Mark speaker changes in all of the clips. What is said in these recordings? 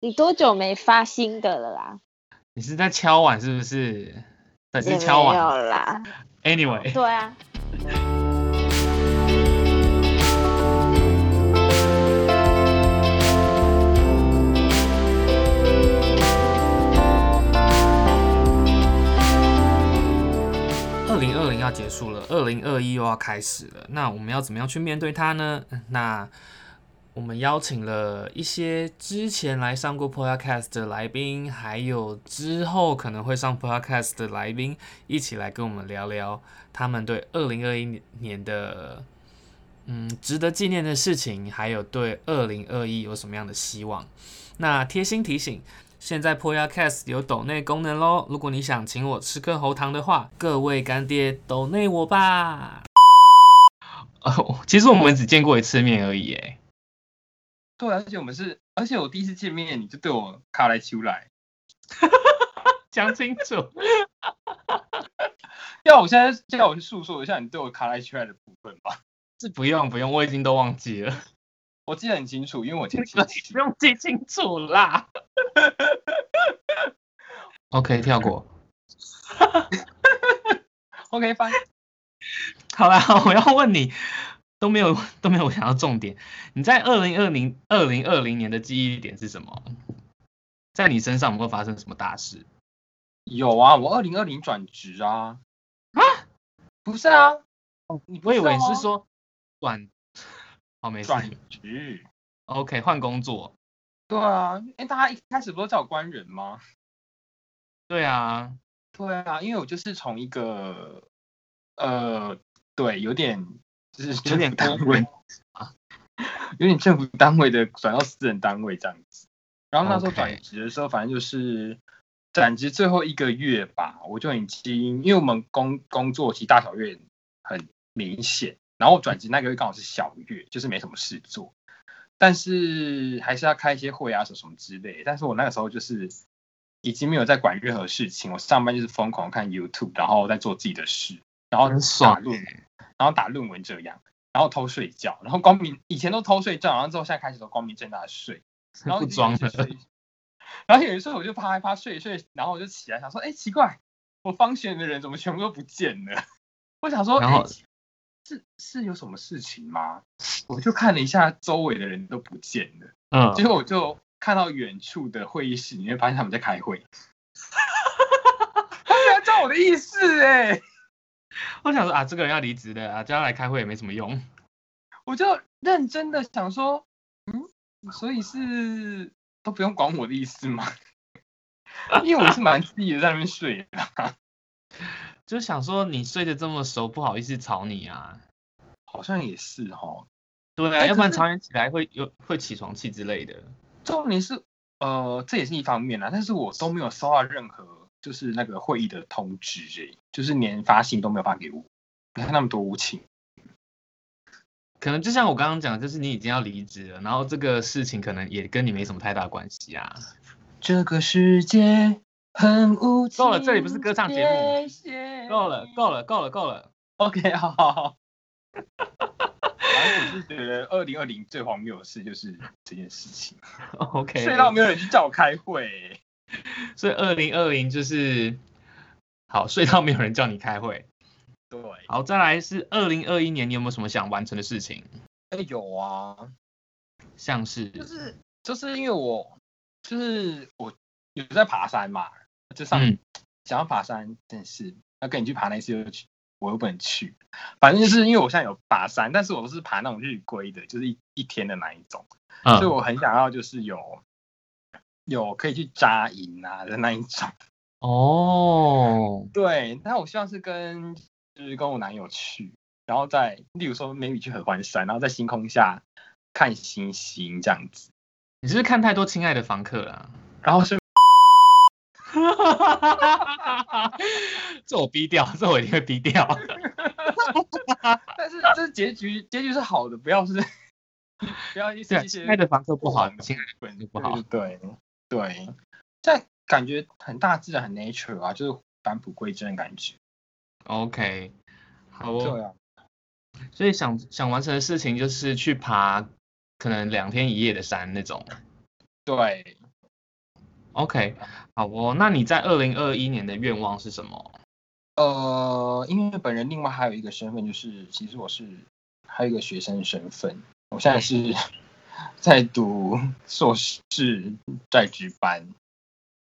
Speaker 1: 你多久没发新的了啦？
Speaker 2: 你是在敲碗是不是？
Speaker 1: 也
Speaker 2: 粉丝
Speaker 1: 没
Speaker 2: 敲碗。
Speaker 1: 有啦。
Speaker 2: Anyway，
Speaker 1: 对啊，
Speaker 2: 二零二零要结束了，二零二一又要开始了，那我们要怎么样去面对它呢？那我们邀请了一些之前来上过 Podcast 的来宾，还有之后可能会上 Podcast 的来宾，一起来跟我们聊聊他们对二零二一年的嗯值得纪念的事情，还有对二零二一有什么样的希望。那贴心提醒，现在 Podcast 有抖内功能喽！如果你想请我吃颗喉糖的话，各位干爹抖内我吧。 哦，其实我们只见过一次面而已，哎，
Speaker 3: 对，啊而且我们是，而且我第一次见面你就对我卡来秋来，
Speaker 2: 讲清楚。
Speaker 3: 要我现在叫我去诉说一下你对我卡来秋来的部分吧，
Speaker 2: 这不用不用，我已经都忘记了，
Speaker 3: 我记得很清楚，因为我前期
Speaker 2: 不用记清楚啦。OK，跳过。
Speaker 3: OK 翻
Speaker 2: 好啦， 我要问你，都没有都没有想到重点。你在二零二零二零二零年的记忆点是什么？在你身上有没有发生什么大事？
Speaker 3: 有啊，我二零二零转职啊啊，不是啊，你
Speaker 2: 哦
Speaker 3: 不
Speaker 2: 我以为
Speaker 3: 知道
Speaker 2: 是
Speaker 3: 吗
Speaker 2: 说转，好没事。
Speaker 3: 转职，
Speaker 2: OK，换工作。
Speaker 3: 对啊，因为大家一开始不都叫我官人吗？
Speaker 2: 对啊，
Speaker 3: 对啊，因为我就是从一个呃，对，有点就是
Speaker 2: 有点
Speaker 3: 政府
Speaker 2: 单位
Speaker 3: 单位，有点政府单位的转到私人单位这样子。然后那时候
Speaker 2: OK
Speaker 3: 转职的时候，反正就是转职最后一个月吧，我就已经因为我们工工作其实大小月很明显，然后我转职那个月刚好是小月，就是没什么事做，但是还是要开一些会啊什么什么之类。但是我那个时候就是已经没有在管任何事情，我上班就是疯狂看 YouTube，然后在做自己的事，然后
Speaker 2: 很爽欸
Speaker 3: 打论，然后打论文这样，然后偷睡觉，然后光明以前都偷睡觉，然后之后现在开始都光明正大地睡， 然后
Speaker 2: 不
Speaker 3: 就一直
Speaker 2: 装了。
Speaker 3: 睡。然后有一次我就趴一趴睡一睡，然后我就起来想说，哎，奇怪，我方选的人怎么全部都不见了？ 我想说，
Speaker 2: 然后
Speaker 3: 哎是是有什么事情吗？我就看了一下周围的人都不见了，
Speaker 2: 嗯
Speaker 3: 结果我就看到远处的会议室里面，发现他们在开会。 他居然照我的意思哎、
Speaker 2: 我想说啊，这个人要离职的啊，叫他来开会也没什么用。
Speaker 3: 我就认真的想说，嗯，所以是都不用管我的意思吗？ 因为我是蛮自己的在那边睡的，
Speaker 2: 就想说你睡得这么熟，不好意思吵你啊。
Speaker 3: 好像也是哦。
Speaker 2: 对
Speaker 3: 哎
Speaker 2: 啊，
Speaker 3: 可
Speaker 2: 要不然
Speaker 3: 是
Speaker 2: 吵你起来会有会起床气之类的。
Speaker 3: 重点是，呃，这也是一方面啦，但是我都没有收到任何就是那个会议的通知、欸，就是连发信都没有发给我。你看他们多无情。
Speaker 2: 可能就像我刚刚讲的，就是你已经要离职了，然后这个事情可能也跟你没什么太大关系啊。
Speaker 3: 这个世界很无情。
Speaker 2: 够了这里不是歌唱节目
Speaker 3: 目
Speaker 2: 够了，够了，够了，够了。
Speaker 3: OK，好 好好。反正我是觉得二零二零最荒谬的事就是这件事 情，
Speaker 2: OK，
Speaker 3: 睡到没有人去叫我开会、
Speaker 2: 所以二零二零就是好睡到没有人叫你开会。
Speaker 3: 对，
Speaker 2: 好，再来是二零二一年，你有没有什么想完成的事情？
Speaker 3: 哎、有啊，
Speaker 2: 像是
Speaker 3: 就是就是因为我就是我有在爬山嘛，就上、
Speaker 2: 嗯
Speaker 3: 想要爬山，但是要跟你去爬那次又去，我又不能去，反正就是因为我现在有爬山，但是我是爬那种日归的，就是一一天的那一种。所以
Speaker 2: 嗯
Speaker 3: 我很想要就是有有可以去扎营啊的那一种。
Speaker 2: 嗯哦，
Speaker 3: 对，但我希望是跟就是跟我男友去，然后再例如说 maybe 去合欢山，然后在星空下看星星这样子，
Speaker 2: 你是不是看太多《亲爱的房客》啦？
Speaker 3: 然后是
Speaker 2: 这我逼掉，这我一定会逼掉。 啊
Speaker 3: 但是这结局结局是好的，不要是 不要一
Speaker 2: 对
Speaker 3: 些
Speaker 2: 啊，
Speaker 3: 一
Speaker 2: 亲
Speaker 3: 些
Speaker 2: 爱的房客不好，
Speaker 3: 过往的
Speaker 2: 亲爱的
Speaker 3: 部分
Speaker 2: 不好
Speaker 3: 对对对，但感觉很大自然很 nature 啊，就是返璞归真的感觉。
Speaker 2: OK，好哦。
Speaker 3: 对啊，
Speaker 2: 所以想想完成的事情就是去爬可能两天一夜的山那种。
Speaker 3: 对，
Speaker 2: OK，好哦。那你在二零二一年的愿望是什么？
Speaker 3: 呃，因为本人另外还有一个身份，就是其实我是还有一个学生身份，我现在是 在读硕士在职班，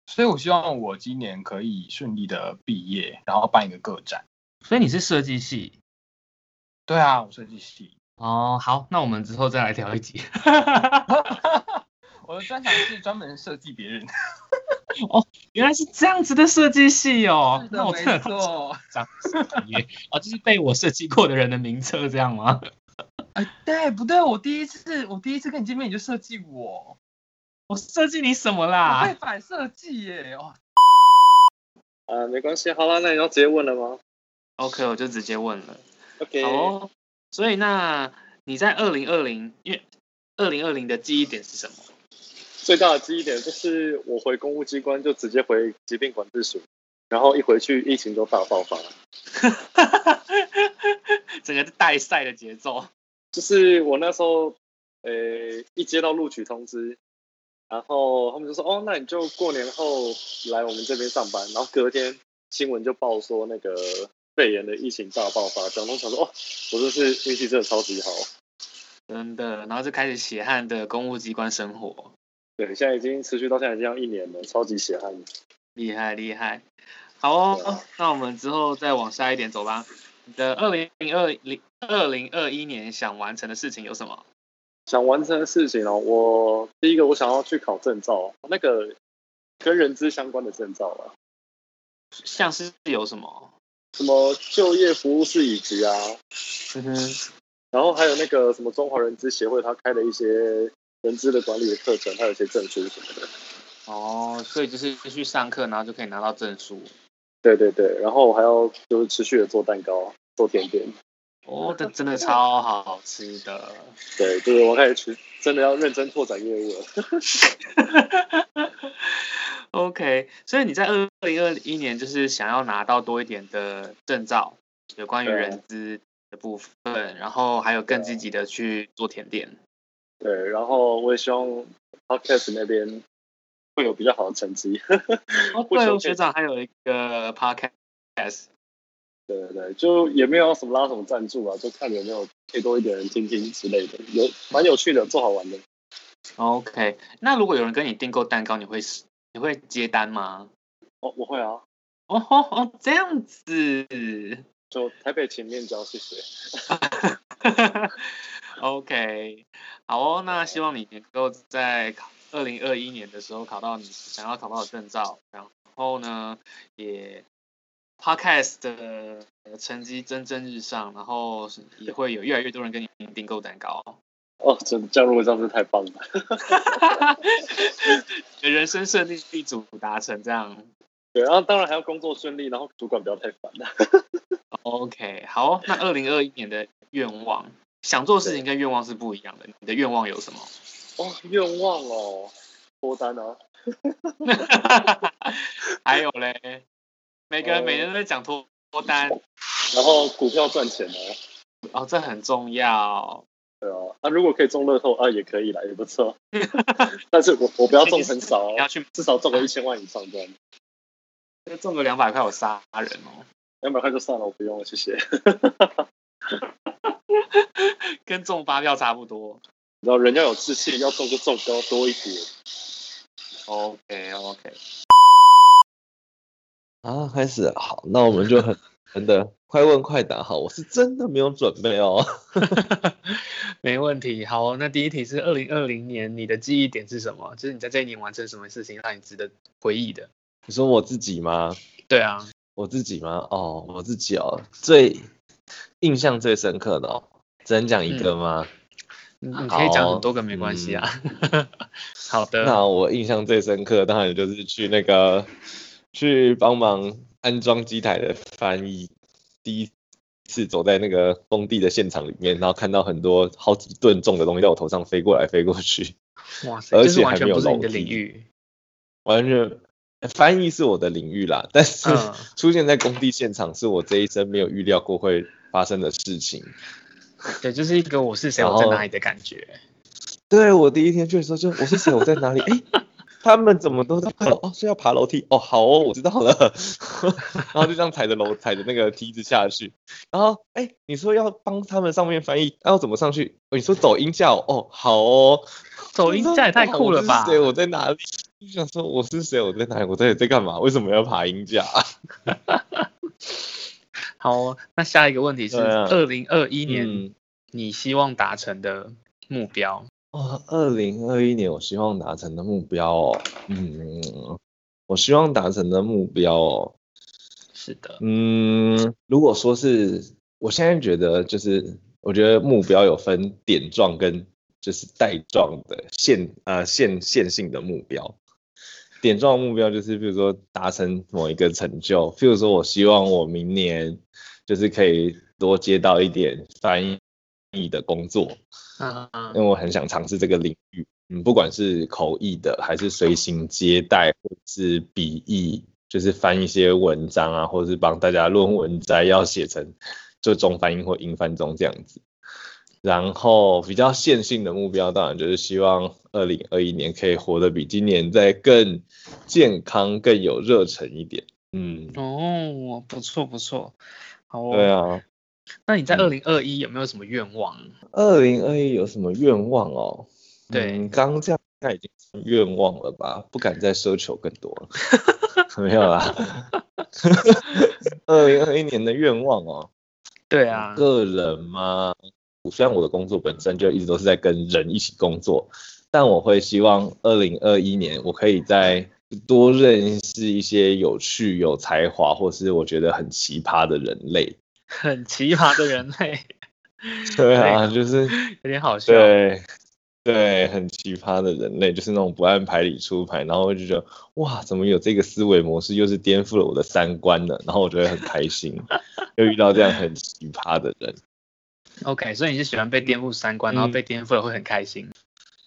Speaker 3: 所以我希望我今年可以顺利的毕业，然后办一个个展。
Speaker 2: 所以你是设计系
Speaker 3: 对啊，我设计系，
Speaker 2: 哦。好，那我们之后再来聊一 集。
Speaker 3: 我的专长是专门设计别人。
Speaker 2: 原来是这样子的设计系哦。
Speaker 3: 是
Speaker 2: 那
Speaker 3: 的，
Speaker 2: 我真的
Speaker 3: 没错。
Speaker 2: 长耶 哦，就是被我设计过的人的名册这样吗？
Speaker 3: 哎， 对不对？我第一次，我第一次跟你见面，你就设计我，
Speaker 2: 我设计你什么
Speaker 3: 我会
Speaker 2: 啦？
Speaker 3: 反设计耶！哦，
Speaker 4: 啊，没关系，好了，那你要直接问了吗
Speaker 2: 哦 OK，我就直接问了。
Speaker 4: ？OK，
Speaker 2: 好、哦，所以那你在二零二零，因为二零二零的记忆点是什么？
Speaker 4: 最大的记忆点就是我回公务机关就直接回疾病管制署，然后一回去疫情就大爆发，
Speaker 2: 整个带赛的节奏。
Speaker 4: 就是我那时候，呃，一接到录取通知，然后他们就说，哦，那你就过年后来我们这边上班，然后隔天新闻就报说那个肺炎的疫情大爆发，然后我想说，哦，我真是运气真的超级好，
Speaker 2: 真的，然后就开始血汗的公务机关生活，
Speaker 4: 对，现在已经持续到现在这样一年了，超级血汗。
Speaker 2: 厉害厉害。好哦，
Speaker 4: 对啊
Speaker 2: 那我们之后再往下一点走吧。你的二零二零二零二一年想完成的事情有什么？
Speaker 4: 想完成的事情哦，我第一个我想要去考证照，哦那个跟人资相关的证照啊，
Speaker 2: 像是有什么？
Speaker 4: 什么就业服务室以及啊，
Speaker 2: 嗯哼，
Speaker 4: 然后还有那个什么中华人资协会，他开的一些人资的管理的课程，还有一些证书什么的。
Speaker 2: 哦，所以就是去上课，然后就可以拿到证书。
Speaker 4: 对对对，然后我还要就是持续的做蛋糕、做甜点。
Speaker 2: 哦，这真的超好吃的。
Speaker 4: 对，就是我开始去真的要认真拓展业务了。
Speaker 2: OK，所以你在二零二一年就是想要拿到多一点的证照，有关于
Speaker 4: 对啊
Speaker 2: 人资的部分，然后还有更积极的去做甜点。
Speaker 4: 对，然后我也希望 Podcast 那边会有比较好的成绩。
Speaker 2: 哦，
Speaker 4: 为
Speaker 2: 对，
Speaker 4: 什么
Speaker 2: 我学长还有一个 podcast，
Speaker 4: 对对对，就也没有什么拉什么赞助啊，就看有没有可以多一点人听听之类的，有蛮有趣的，做好玩的。
Speaker 2: OK，那如果有人跟你订购蛋糕，你会是你会接单吗？
Speaker 4: 哦，我会啊，
Speaker 2: 哦吼哦，这样子。
Speaker 4: 就台北情面交，谢谢。
Speaker 2: OK，好 哦，那希望你能够在二零二一年的时候考到你想要考到的证照，然后呢，也 Podcast 的成绩蒸蒸日上，然后是也会有越来越多人跟你订购蛋糕。
Speaker 4: 哦，真的这样如果这样是太棒了。
Speaker 2: 人生胜利地主达成这样。
Speaker 4: 对，然后当然还要工作顺利，然后主管不要太烦了。
Speaker 2: OK，好，那二零二一年的愿望，想做的事情跟愿望是不一样的。你的愿望有 什么？
Speaker 4: 哦，愿望哦，脱单啊，
Speaker 2: 还有嘞，每个人
Speaker 4: 哦
Speaker 2: 每天都在讲脱脱单
Speaker 4: 然后股票赚钱啊，
Speaker 2: 哦，这很重要。
Speaker 4: 对啊，那、如果可以中乐透啊，也可以啦，也不错。但是我我不要中很少
Speaker 2: 你
Speaker 4: 哦
Speaker 2: 要，去
Speaker 4: 至少中个一千万以上这样，
Speaker 2: 中个两百块，我杀人哦，
Speaker 4: 两百块就算了，我不用了，谢谢。
Speaker 2: 跟中发票差不多。
Speaker 4: 然后人要有自信，要中就中，不要多一点。
Speaker 2: OK OK，
Speaker 5: 啊，开始了好，那我们就很真的快问快答哈，我是真的没有准备哦。
Speaker 2: 没问题。好，那第一题是二零二零年你的记忆点是什么？就是你在这一年完成什么事情让你值得回忆的？
Speaker 5: 你说我自己吗？
Speaker 2: 对啊，
Speaker 5: 我自己吗？哦，我自己哦，最印象最深刻的哦，只能讲一个吗？
Speaker 2: 你嗯你可以讲
Speaker 5: 好嗯
Speaker 2: 很多个没关系啊。 好的，
Speaker 5: 那我印象最深刻，当然就是去那个去帮忙安装机台的翻译，第一次走在那个工地的现场里面，然后看到很多好几吨重的东西在我头上飞过来飞过去。
Speaker 2: 哇塞，
Speaker 5: 而
Speaker 2: 这是
Speaker 5: 且
Speaker 2: 完
Speaker 5: 还
Speaker 2: 全
Speaker 5: 没有
Speaker 2: 不是你
Speaker 5: 楼
Speaker 2: 的
Speaker 5: 梯
Speaker 2: 领域。
Speaker 5: 完全翻译是我的领域啦，但是
Speaker 2: 嗯
Speaker 5: 出现在工地现场是我这一生没有预料过会发生的事情。
Speaker 2: 对，就是一个我是谁，
Speaker 5: 然
Speaker 2: 我在
Speaker 5: 后
Speaker 2: 哪里的感觉。
Speaker 5: 对我第一天去的时候就我是谁，我在哪里？哎、他们怎么都在爬楼哦，是要爬楼梯哦，好哦，我知道了， 然后就这样踩着楼踩着那个梯子下去，然后哎，你说要帮他们上面翻译，那、要怎么上去？哦你说走音架哦，哦好哦，
Speaker 2: 走音架也太酷了吧
Speaker 5: 对，我在哪里？ 就想说我是谁？我在哪里？我在在干嘛？为什么要爬音架？
Speaker 2: 好哦、那下一个问题是
Speaker 5: 对啊
Speaker 2: 二零二一年
Speaker 5: 嗯，
Speaker 2: 你希望达成的目标，
Speaker 5: 哦，二零二一年我希望达成的目标哦，嗯，我希望达成的目标哦，
Speaker 2: 是的，
Speaker 5: 嗯，如果说是我现在觉得，就是我觉得目标有分点状跟就是带状的线呃线线性的目标。点状目标就是比如说达成某一个成就，譬如说我希望我明年就是可以多接到一点翻译的工作，
Speaker 2: 嗯嗯
Speaker 5: 因为我很想尝试这个领域，嗯，不管是口译的，还是随行接待，或是笔译，就是翻一些文章啊，或者是帮大家论文摘要写成就中翻英或英翻中这样子。然后比较线性的目标，当然就是希望二零二一年可以活得比今年再更健康、更有热忱一点。嗯，
Speaker 2: 哦，不错不错，好、哦，
Speaker 5: 对，啊。
Speaker 2: 那你在二
Speaker 5: 嗯
Speaker 2: 零二一有没有什么愿望？
Speaker 5: 二零二一有什么愿望哦？
Speaker 2: 对
Speaker 5: 嗯刚、这样应该已经是愿望了吧？不敢再奢求更 多了，没有啦。二零二一年的愿望哦，
Speaker 2: 对啊，
Speaker 5: 个人吗？虽然我的工作本身就一直都是在跟人一起工作，但我会希望二零二一年我可以再多认识一些有趣、有才华，或是我觉得很奇葩的人类。
Speaker 2: 很奇葩的人类，
Speaker 5: 对啊，就是
Speaker 2: 有点好笑。
Speaker 5: 对，对，很奇葩的人类，就是那种不按牌理出牌，然后我就觉得哇，怎么有这个思维模式，又是颠覆了我的三观呢？然后我觉得很开心，又遇到这样很奇葩的人，
Speaker 2: OK，所以你是喜欢被颠覆三观，然后
Speaker 5: 嗯
Speaker 2: 被颠覆了会很开心。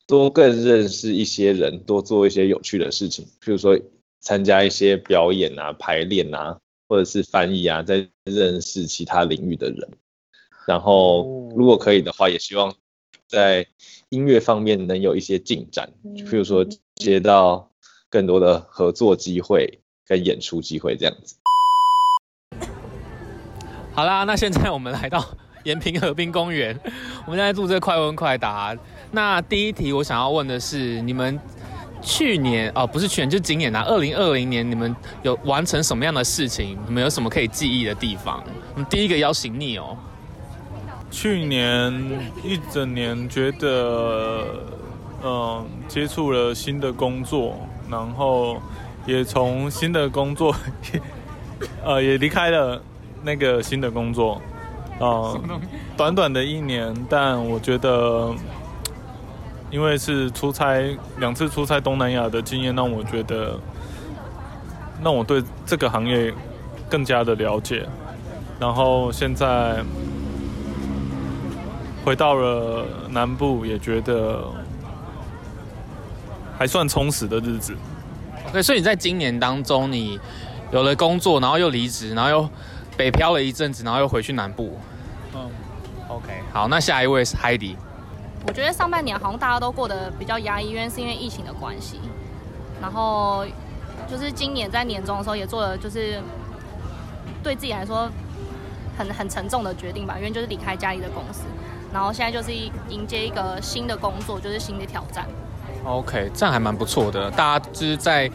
Speaker 5: 多更认识一些人，多做一些有趣的事情，譬如说参加一些表演啊、排练啊，或者是翻译啊，再认识其他领域的人。然后如果可以的话，也希望在音乐方面能有一些进展，譬如说接到更多的合作机会跟演出机会这样子。
Speaker 2: 好啦，那现在我们来到 延平河滨公园， 我们现在录这个快问快答。那第一题我想要问的是，你们去年哦，不是去年，就是今年啊，二零二零年你们有完成什么样的事情？你们有什么可以记忆的地方？你第一个邀请你哦，
Speaker 6: 去年一整年觉得，嗯，接触了新的工作，然后也从新的工作， 呃，也离开了那个新的工作，呃，短短的一年，但我觉得，因为是出差两次出差东南亚的经验，让我觉得，让我对这个行业更加的了解，然后现在。回到了南部，也觉得还算充实的日子。
Speaker 2: 对，所以你在今年当中，你有了工作，然后又离职，然后又北漂了一阵子，然后又回去南部。
Speaker 6: 嗯
Speaker 2: ，OK，好，那下一位是 Heidi。
Speaker 7: 我觉得上半年好像大家都过得比较压抑，因为是因为疫情的关系。然后就是今年在年终的时候也做了，就是对自己来说很很沉重的决定吧，因为就是离开家里的公司，然后现在就是迎接一个新的工作，就是新的挑战。
Speaker 2: OK，这样还蛮不错的。大家就是在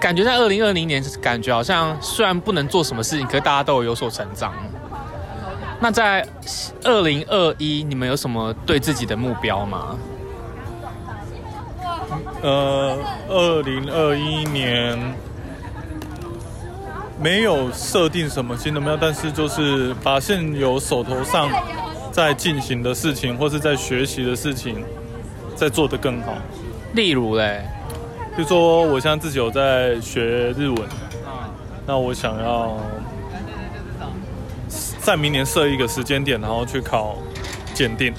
Speaker 2: 感觉在二零二零年，感觉好像虽然不能做什么事情，可是大家都有有所成长。那在二零二一，你们有什么对自己的目标吗？
Speaker 6: 呃，二零二一年没有设定什么新的目标，但是就是把现有手头上在进行的事情，或是在学习的事情，再做得更好。
Speaker 2: 例如嘞，
Speaker 6: 就说我现在自己有在学日文，那我想要在明年设一个时间点，然后去考检定。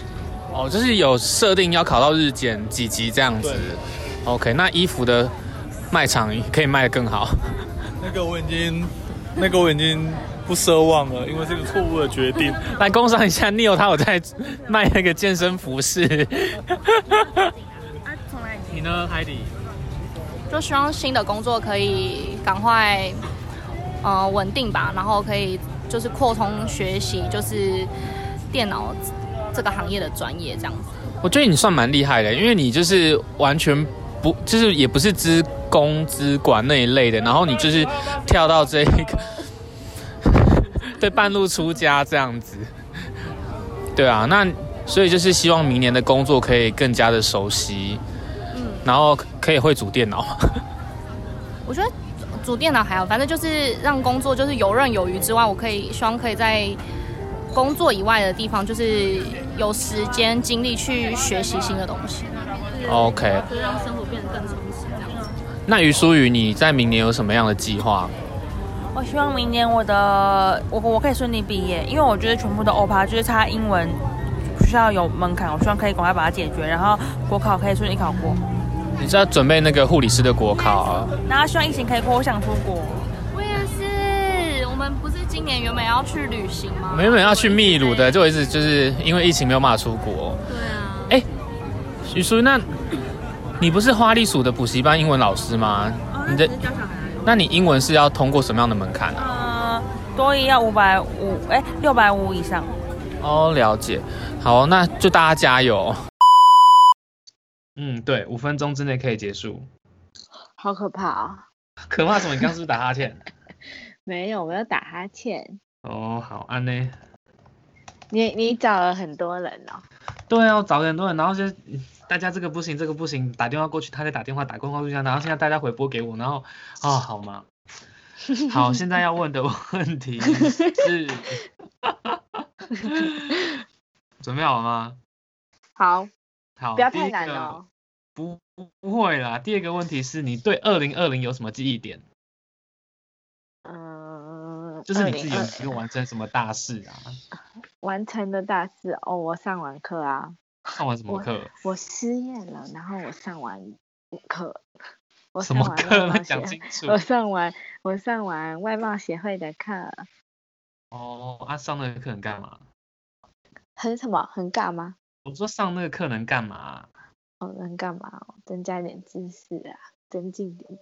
Speaker 2: 哦，就是有设定要考到日检几级这样子。OK，那衣服的卖场可以卖得更好。
Speaker 6: 那个我已经，那个我已经不奢望了，因为是个错误的决定。
Speaker 2: 来工商一下，Neil 他有在卖那个健身服饰。你呢，海底？
Speaker 7: 就希望新的工作可以赶快呃稳定吧，然后可以就是扩充学习，就是电脑这个行业的专业这样子。
Speaker 8: 我觉得你算蛮厉害的，因为你就是完全不，就是也不是资工、资管那一类的，然后你就是跳到这一个， 对，半路出家这样子。对啊，那所以就是希望明年的工作可以更加的熟悉，
Speaker 7: 嗯，
Speaker 8: 然后可以会组电脑。
Speaker 7: 我觉得组电脑还好，反正就是让工作就是游刃有余之外，我可以希望可以在工作以外的地方，就是有时间精力去学习新的东西。
Speaker 8: OK，
Speaker 7: 就是让生活变得更充实这样子。
Speaker 8: 那于淑宇，你在明年有什么样的计划？
Speaker 9: 我希望明年我的我我可以顺利毕业，因为我觉得全部都欧趴，就是差英文学校有门槛，我希望可以赶快把它解决，然后国考可以顺利考过。
Speaker 8: 你知道准备那个护理师的国考啊？
Speaker 9: 然后希望疫情可以过，我想出国。
Speaker 7: 我也是，我们不是今年原本要去旅行吗
Speaker 8: 我？们原本要去秘鲁的，就一直就是因为疫情没有办法出国。
Speaker 7: 对啊。
Speaker 8: 哎于淑，那你不是花栗鼠的补习班英文老师吗？
Speaker 9: 哦
Speaker 8: 你的，
Speaker 9: 教小孩。
Speaker 8: 那你英文是要通过什么样的门槛啊？
Speaker 9: 呃，多一要五百五，哎，六百五以上。
Speaker 8: 哦，了解。好，那就大家加油。
Speaker 2: 嗯，对，五分钟之内可以结束。
Speaker 1: 好可怕啊、
Speaker 2: 可怕什么？你刚是不是打哈欠？
Speaker 1: 没有，我要打哈欠。
Speaker 2: 哦，好，安呢？
Speaker 1: 你你找了很多人哦，
Speaker 2: 对啊，我找很多人，然后就嗯大家这个不行，这个不行，打电话过去，他在打电话，打电话过去，然后现在大家回拨给我，然后啊、好吗？好，现在要问的问题 是，准备好了吗？
Speaker 1: 好，
Speaker 2: 哦好，
Speaker 1: 不要
Speaker 2: 第
Speaker 1: 太
Speaker 2: 一
Speaker 1: 难
Speaker 2: 个
Speaker 1: 哦。
Speaker 2: 不不会啦。第二个问题是你对二零二零有什么记忆点？
Speaker 1: 嗯，
Speaker 2: 就是你自己有
Speaker 1: 2020
Speaker 2: 没有完成什么大事啊？
Speaker 1: 完成的大事哦，我上完课啊，
Speaker 2: 上完什么
Speaker 1: 我
Speaker 2: 课？
Speaker 1: 我失业了，然后我上完课，我
Speaker 2: 什
Speaker 1: 上
Speaker 2: 么
Speaker 1: 完外
Speaker 2: 课？来
Speaker 1: 贸
Speaker 2: 讲
Speaker 1: 协，
Speaker 2: 清楚。
Speaker 1: 我上完我上完外贸协会的课，
Speaker 2: 哦，啊，上那个课能干嘛？
Speaker 1: 很什么很尬吗？
Speaker 2: 我说上那个课能干嘛、
Speaker 1: 哦，能干嘛哦？增加一点知识啊，增进点，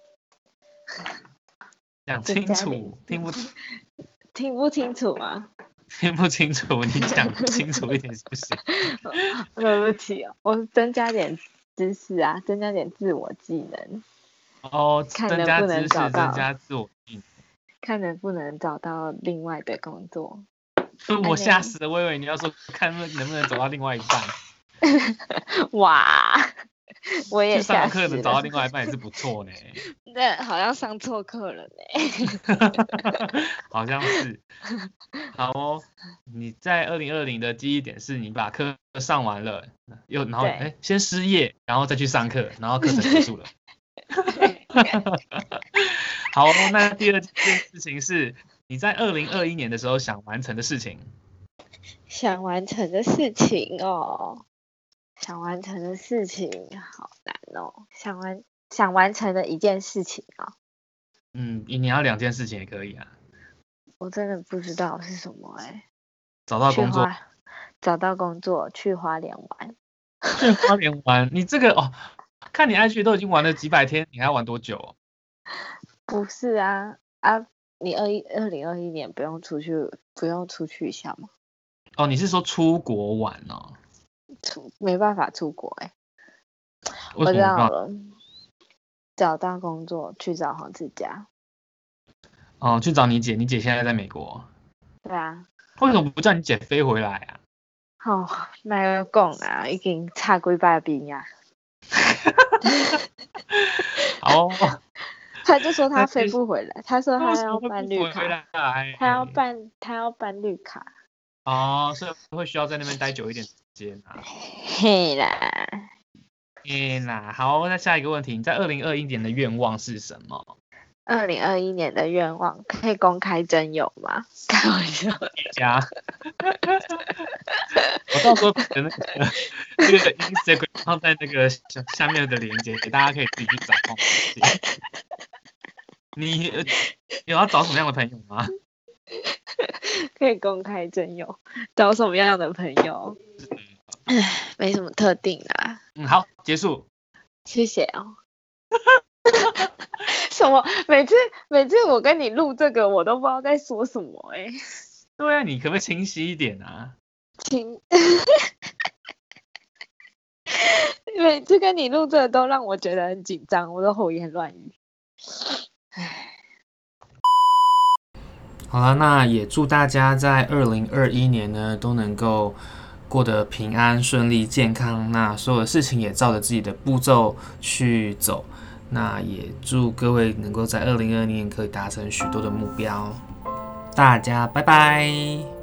Speaker 2: 讲
Speaker 1: 增
Speaker 2: 清
Speaker 1: 加点
Speaker 2: 楚，听不
Speaker 1: 听不清楚吗？
Speaker 2: 听不清楚，你讲清楚一点是不行？
Speaker 1: 对不起哦，我增加点知识啊，增加点自我技能，
Speaker 2: 哦，
Speaker 1: 看
Speaker 2: 增
Speaker 1: 能
Speaker 2: 加
Speaker 1: 不
Speaker 2: 知
Speaker 1: 能
Speaker 2: 识，
Speaker 1: 找
Speaker 2: 增
Speaker 1: 到
Speaker 2: 加自我意
Speaker 1: 看能不能找到另外的工作。
Speaker 2: 识。呃
Speaker 1: 安
Speaker 2: 我吓
Speaker 1: 内
Speaker 2: 死了，我以为你要说看能不能走到另外一半，
Speaker 1: 哇， 我也
Speaker 2: 去上
Speaker 1: 吓
Speaker 2: 个
Speaker 1: 死
Speaker 2: 课能找到
Speaker 1: 了。
Speaker 2: 另外一半也是不错 呢，
Speaker 1: 那好像上错课了呢。
Speaker 2: 好像是。 好哦，你在二零二零的记忆点是你把课上完了，又然后
Speaker 1: 对
Speaker 2: 哎先失业，然后再去上课，然后课程 结束了。好哦，那第二件事情是你在二零二一年的时候想完成的事情。
Speaker 1: 想完成的事情哦，想完成的事情好难哦。想完想完成的一件事情哦，
Speaker 2: 嗯，你你要两件事情也可以啊，
Speaker 1: 我真的不知道是什么哎、
Speaker 2: 找到
Speaker 1: 去
Speaker 2: 工作，
Speaker 1: 花找到工作，去花莲玩。
Speaker 2: 去花莲玩。你这个哦，看你 IG 都已经玩了几百天，你还要玩多久？哦
Speaker 1: 不是啊啊！你二一二零二一年不用出去，不用出去一下吗？
Speaker 2: 哦，你是说出国玩哦？
Speaker 1: 出没办法出国哎、我
Speaker 2: 为什
Speaker 1: 知
Speaker 2: 么没
Speaker 1: 道
Speaker 2: 办法？
Speaker 1: 了，找到工作去找黄志佳。
Speaker 2: 哦，去找你姐，你姐现在在美国，
Speaker 1: 对啊，
Speaker 2: 为什么不叫你姐飞回来啊？
Speaker 1: 吼、哦，莫讲啊，已经差几百遍啊。啊
Speaker 2: 好哦，
Speaker 1: 他就说
Speaker 2: 那
Speaker 1: 他飞
Speaker 2: 其
Speaker 1: 不回来，他说
Speaker 2: 那为
Speaker 1: 他
Speaker 2: 什么
Speaker 1: 要
Speaker 2: 会
Speaker 1: 办
Speaker 2: 不
Speaker 1: 绿
Speaker 2: 回
Speaker 1: 卡，
Speaker 2: 来？嗯
Speaker 1: 他要办他要办绿卡。
Speaker 2: 哦，所以会需要在那边待久一点时间啊。
Speaker 1: 嘿啦，
Speaker 2: 天呐，好，那下一个问题，你在二零二一年的愿望是什么？
Speaker 1: 二零二一年的愿望可以公开征友吗？ 开玩笑，
Speaker 2: 家。 我到时候把那个那个 Instagram 放在那个下下面的链接，大家可以自己去找。你呃有要找什么样的朋友吗？
Speaker 1: 可以公开征友，找什么样的朋友？唉，没什么特定啊，
Speaker 2: 嗯，好，结束。
Speaker 1: 谢谢哦。 什么？每次每次我跟你录这个，我都不知道在说什么哎、
Speaker 8: 对啊，你可不可以清晰一点啊？
Speaker 1: 亲， 每次跟你录这个都让我觉得很紧张，我都胡言乱语。
Speaker 8: 好了，那也祝大家在二零二一年呢都能够过得平安、顺利、健康。那所有的事情也照着自己的步骤去走。那也祝各位能够在二零二零年可以达成许多的目标。大家拜拜。